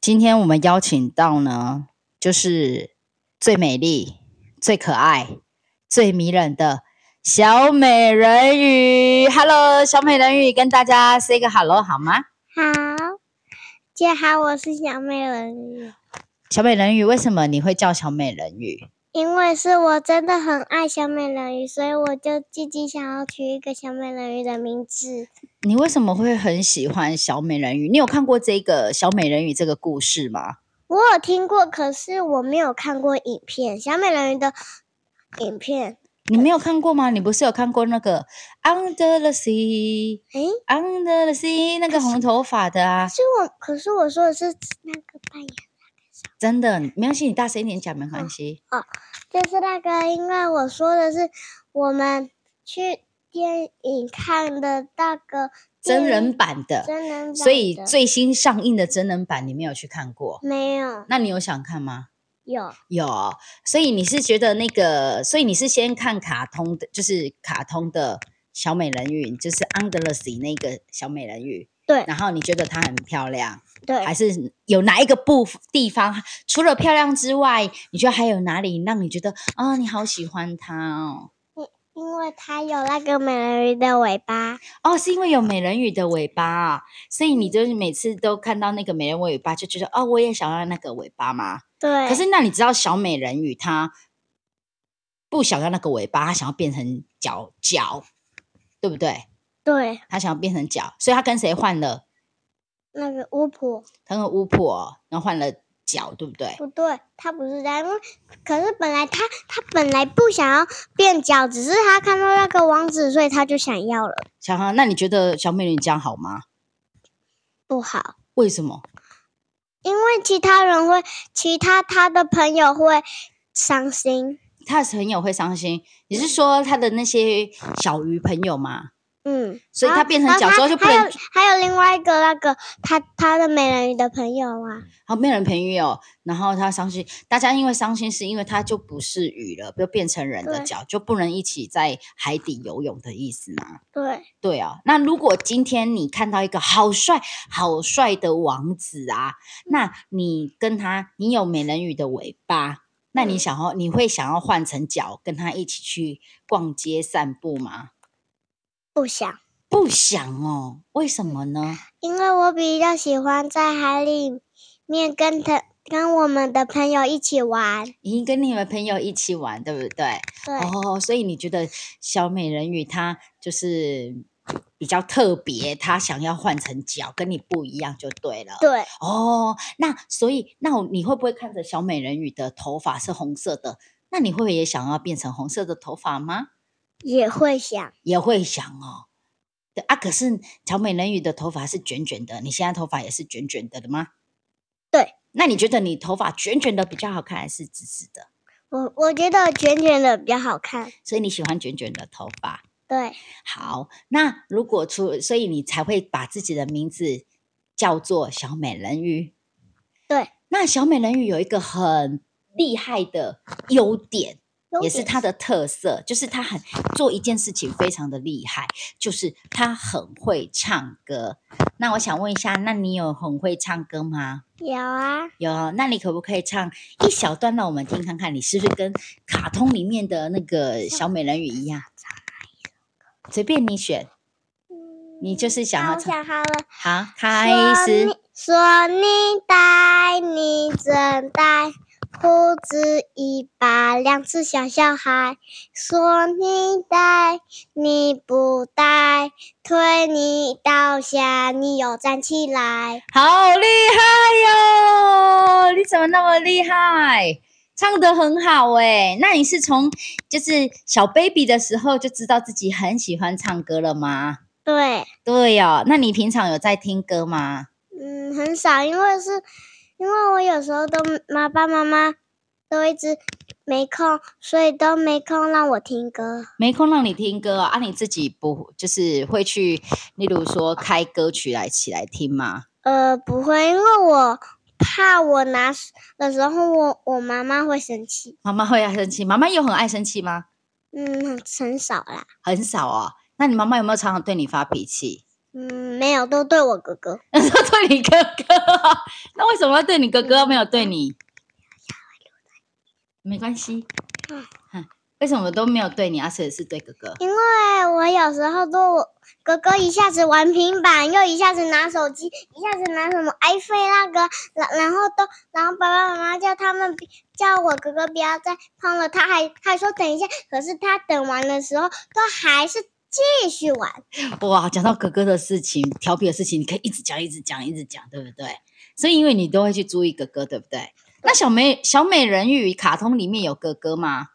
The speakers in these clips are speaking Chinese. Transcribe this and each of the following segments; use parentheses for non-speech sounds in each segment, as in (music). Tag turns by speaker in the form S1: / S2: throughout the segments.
S1: 今天我们邀请到呢，就是最美丽、最可爱、最迷人的小美人鱼。Hello，小美人鱼，跟大家 say 个 hello 好吗？
S2: 好，姐好，我是小美人鱼。
S1: 小美人鱼，为什么你会叫小美人鱼？
S2: 因为是我真的很爱小美人鱼，所以我就自己想要取一个小美人鱼的名字。
S1: 你为什么会很喜欢小美人鱼？你有看过这个小美人鱼这个故事吗？
S2: 我有听过，可是我没有看过影片，小美人鱼的影片。
S1: 你没有看过吗？你不是有看过那个《Under the Sea》
S2: 诶，
S1: 《Under the Sea》那个红头发的啊
S2: 可？是我，可是我说的是那个扮演，
S1: 真的，没关系，你大声一点讲没关系。
S2: 就是那个，因为我说的是我们去电影看的那个
S1: 真
S2: 电
S1: 人
S2: 影
S1: 版的，
S2: 真人版的，
S1: 所以最新上映的真人版你没有去看过，
S2: 没有
S1: 那你有想看吗？
S2: 有
S1: 有，所以你是觉得那个，所以你是先看卡通的，就是卡通的小美人鱼，就是 Under the Sea 那个小美人鱼，
S2: 对
S1: 然后你觉得她很漂亮，
S2: 对
S1: 还是有哪一个部分地方，除了漂亮之外，你觉得还有哪里让你觉得啊、你好喜欢她哦？
S2: 因为它有那个美人鱼的尾巴，
S1: 哦，是因为有美人鱼的尾巴啊，所以你就是每次都看到那个美人鱼尾巴，就觉得哦，我也想要那个尾巴吗？
S2: 对，
S1: 可是那你知道小美人鱼她不想要那个尾巴，她想要变成脚脚，对不对？
S2: 对
S1: 她想要变成脚，所以她跟谁换了？
S2: 那个巫婆
S1: 她跟巫婆，然后换了脚，对不对？
S2: 不对，她不是这样，因为可是本来她她本来不想要变脚，只是她看到那个王子，所以她就想要了，
S1: 小航，那你觉得小美人鱼这样好吗？
S2: 不好，
S1: 为什么？
S2: 因为其他人会，其他她的朋友会伤心，
S1: 她的朋友会伤心？你是说她的那些小鱼朋友吗？
S2: 嗯，
S1: 所以
S2: 然
S1: 她
S2: 后
S1: 变成
S2: 然后
S1: 脚之后就不
S2: 还
S1: 能
S2: 有还有另外一个那个她她的美人鱼的朋友啊，
S1: 好，没有人陪鱼哦，然后他伤心，大家因为伤心是因为他就不是鱼了，就变成人的
S2: 对
S1: 脚，就不能一起在海底游泳的意思吗？
S2: 对，
S1: 对啊，那如果今天你看到一个好帅、好帅的王子啊，
S2: 嗯
S1: 那你跟他，你有美人鱼的尾巴，那你
S2: 嗯
S1: 想要，你会想要换成脚跟他一起去逛街散步吗？
S2: 不想。
S1: 不想哦，为什么呢？
S2: 因为我比较喜欢在海里面跟他跟我们的朋友一起玩。
S1: 已经跟你们朋友一起玩，对不对？
S2: 对，
S1: 哦，所以你觉得小美人鱼她就是比较特别，她想要换成脚，跟你不一样就对了。
S2: 对，
S1: 哦，那所以那我你会不会看着小美人鱼的头发是红色的？那你会不会也想要变成红色的头发吗？
S2: 也会想。
S1: 也会想哦。对啊，可是小美人鱼的头发是卷卷的，你现在头发也是卷卷的的吗？
S2: 对。
S1: 那你觉得你头发卷卷的比较好看，还是直直的？
S2: 我我觉得卷卷的比较好看。
S1: 所以你喜欢卷卷的头发？
S2: 对，
S1: 好，那如果出，所以你才会把自己的名字叫做小美人鱼。
S2: 对，
S1: 那小美人鱼有一个很厉害的优点，
S2: 优
S1: 也是
S2: 点
S1: 它的特色，就是它很做一件事情非常的厉害，就是它很会唱歌。那我想问一下，那你有很会唱歌吗？
S2: 有啊，
S1: 有啊，那你可不可以唱一小段让我们听看看，你是不是跟卡通里面的那个小美人鱼一样？随便你选。你就是想
S2: 那
S1: 要
S2: 我
S1: 唱
S2: 想嗯好了。
S1: 好
S2: 说
S1: 开
S2: 你
S1: 始，
S2: 说你呆，你真呆，胡子一把两只小小孩。说你呆，你不呆，推你倒下，你又站起来。
S1: 好厉害哟、你怎么那么厉害？唱得很好哎、那你是从就是小 baby 的时候就知道自己很喜欢唱歌了吗？
S2: 对，
S1: 对哦，那你平常有在听歌吗？
S2: 嗯，很少，因为是，因为我有时候都妈爸妈妈都一直没空，所以都没空让我听歌。
S1: 没空让你听歌哦啊，你自己不就是会去，例如说开歌曲来起来听吗？
S2: 呃，不会，因为我怕我拿的时候我，我妈妈会生气。
S1: 妈妈会爱生气，妈妈有很爱生气吗？
S2: 嗯，很很少啦，
S1: 很少哦。那你妈妈有没有常常对你发脾气？ (laughs)
S2: 嗯，没有，都对我哥哥。
S1: 他对你哥哥哦，那为什么要对你哥哥，没有对你？没关系，哼为什么都没有对你，而且是对哥哥？
S2: 因为我有时候都我哥哥一下子玩平板，又一下子拿手机，一下子拿什么 iPhone 那个，然然后都，然后爸爸妈妈叫他们不叫我哥哥不要再碰了，他还他还说等一下，可是他等完的时候，他还是继续玩。
S1: 哇，讲到哥哥的事情，调皮的事情，你可以一直讲，一直讲，一直讲，对不对？所以因为你都会去注意哥哥，对不对？那小美小美人鱼卡通里面有哥哥吗？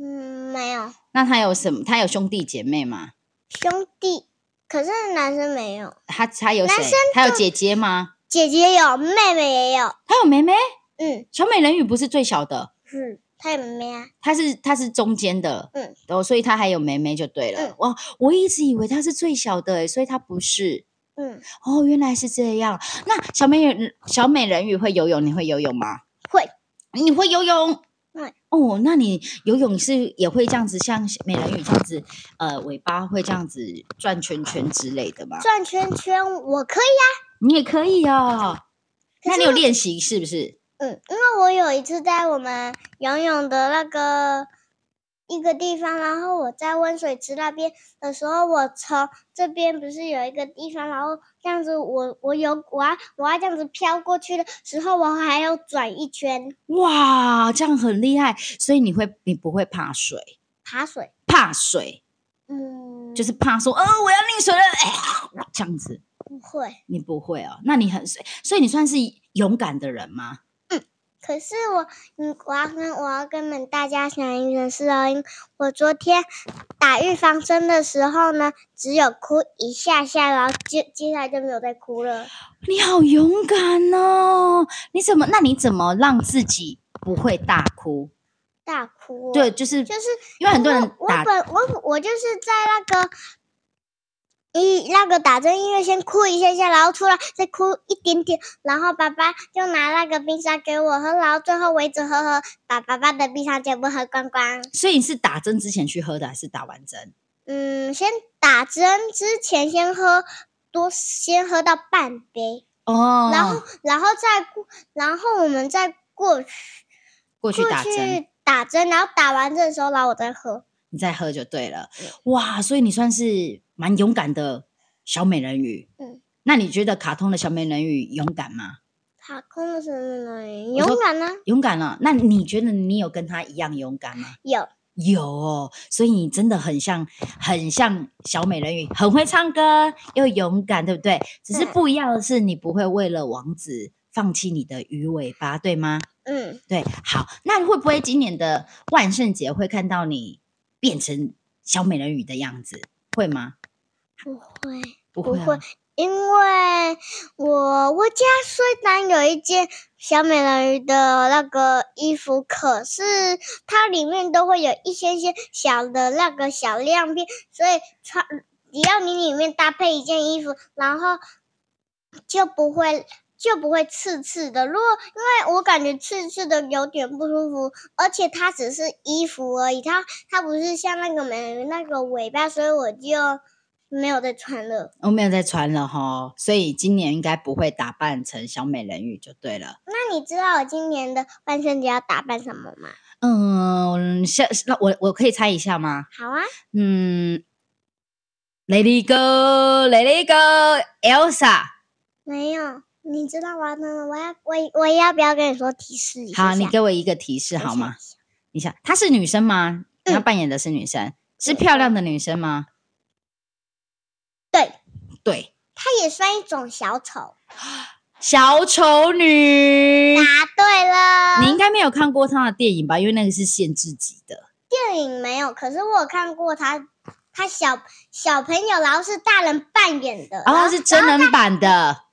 S2: 嗯，没有
S1: 那他有什么？他有兄弟姐妹吗？
S2: 兄弟，可是男生没有，
S1: 他他有谁
S2: 男生？
S1: 他有姐姐吗？
S2: 姐姐有，妹妹也有，
S1: 他有妹妹？
S2: 嗯，
S1: 小美人鱼不是最小的，
S2: 是他也没啊，
S1: 她是她是中间的，
S2: 嗯，
S1: 哦，所以她还有妹妹就对了。
S2: 嗯
S1: 哇，我一直以为她是最小的欸，所以她不是。
S2: 嗯，
S1: 哦，原来是这样。那小美人小美人鱼会游泳，你会游泳吗？
S2: 会，
S1: 你会游泳？
S2: 会。
S1: 哦，那你游泳是也会这样子，像美人鱼这样子，呃，尾巴会这样子转圈圈之类的吗？
S2: 转圈圈我可以啊，
S1: 你也可以哦。
S2: 可
S1: 那
S2: 是
S1: 你有
S2: 我
S1: 练习是不是？
S2: 嗯，因为我有一次在我们游泳的那个一个地方，然后我在温水池那边的时候，我从这边不是有一个地方，然后这样子我我有我要我要这样子飘过去的时候，我还要转一圈
S1: 哇，这样很厉害。所以你会你不会怕水？
S2: 爬水，
S1: 怕水
S2: 嗯，
S1: 就是怕说，呃，我要溺水了，哎呀，这样子
S2: 不会。
S1: 你不会哦。那你很所以你算是勇敢的人吗？
S2: 可是我，嗯，我要跟我要跟们大家讲一件事哦，因为我昨天打预防针的时候呢，只有哭一下下，然后接接下来就没有再哭了。
S1: 你好勇敢哦！你怎么？那你怎么让自己不会大哭？
S2: 大哭、哦。
S1: 对，就是
S2: 就是
S1: 因为很多人
S2: 我
S1: 打
S2: 我本我我就是在那个一那个打针医院先哭一下下，然后出来再哭一点点，然后爸爸就拿那个冰沙给我喝，然后最后我一直喝喝，把爸爸的冰沙全部喝光光。
S1: 所以你是打针之前去喝的，还是打完针？
S2: 嗯，先打针之前先喝多，先喝到半杯，
S1: 哦，
S2: 然后然后再过，然后我们再过去
S1: 过去
S2: 过
S1: 打针，
S2: 去打针，然后打完针的时候，然后我再喝。
S1: 你再喝就对了。哇，所以你算是蛮勇敢的小美人鱼。
S2: 嗯，
S1: 那你觉得卡通的小美人鱼勇敢吗？
S2: 卡空的什么呢？
S1: 我说
S2: 勇敢呢、啊
S1: 勇敢了。那你觉得你有跟他一样勇敢吗？
S2: 有。
S1: 有哦，所以你真的很像，很像小美人鱼，很会唱歌又勇敢，对不对？只是
S2: 嗯
S1: 不一样的是，你不会为了王子放弃你的鱼尾巴，对吗？
S2: 嗯，
S1: 对，好，那会不会今年的万圣节会看到你变成小美人鱼的样子？会吗？
S2: 不会，
S1: 不
S2: 不
S1: 会、啊，
S2: 会因为我我家虽然有一件小美人鱼的那个衣服，可是它里面都会有一些些小的那个小亮片，所以穿只要你里面搭配一件衣服，然后就不会。就不会刺刺的，如果因为我感觉刺刺的有点不舒服，而且它只是衣服而已，它它不是像那个美人鱼那个尾巴，所以我就没有再穿了。
S1: 我没有再穿了哈，所以今年应该不会打扮成小美人鱼就对了。
S2: 那你知道我今年的万圣节要打扮什么吗？
S1: 嗯，下那我我可以猜一下吗？
S2: 好啊，
S1: 嗯，Lady Go，Lady Go，Elsa。
S2: 没有，你知道吗？那我要我我要不要跟你说提示一下？
S1: 好，你给我一个提示
S2: 我
S1: 好
S2: 想
S1: 吗
S2: 一？下？
S1: 你想，她是女生吗？她
S2: 嗯
S1: 扮演的是女生，是
S2: 对
S1: 漂亮的女生吗？
S2: 对，
S1: 对，
S2: 它也算一种小丑。
S1: 小丑女。
S2: 答对了。
S1: 你应该没有看过她的电影吧？因为那个是限制级的。
S2: 电影没有，可是我有看过他，他小小朋友，然后是大人扮演的。然后
S1: 哦，是真人版的。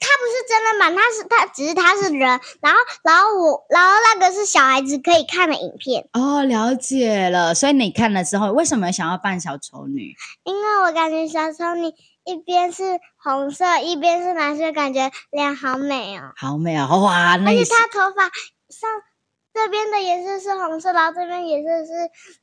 S2: 他不是真人版，他是他只是他是人，然后然后我然后那个是小孩子可以看的影片。
S1: 哦，了解了。所以你看了之后，为什么想要扮小丑女？
S2: 因为我感觉小丑女一边是红色，一边是蓝色，感觉脸好美哦。
S1: 好美啊！哇，那
S2: 而
S1: 个
S2: 且
S1: 是
S2: 她头发上这边的颜色是红色，然后这边颜色是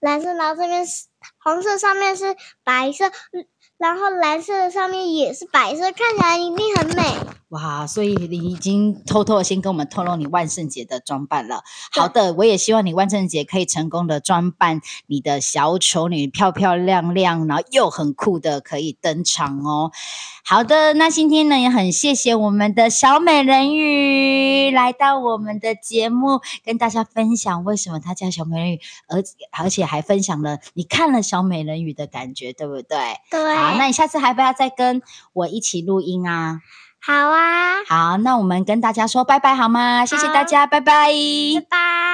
S2: 蓝色，然后这边是红色，上面是白色，绿嗯然后蓝色的上面也是白色，看起来一定很美。
S1: 哇，所以你已经偷偷的先跟我们透露你万圣节的装扮了。好的，我也希望你万圣节可以成功的装扮你的小丑女，漂漂亮亮，然后又很酷的可以登场哦。好的，那今天呢也很谢谢我们的小美人鱼来到我们的节目，跟大家分享为什么她叫小美人鱼，而而且还分享了你看了小美人鱼的感觉，对不对？
S2: 对，
S1: 好，那你下次还不要再跟我一起录音啊？
S2: 好啊，
S1: 好，那我们跟大家说拜拜好吗？谢谢大
S2: 好
S1: 家，拜拜。
S2: 拜拜。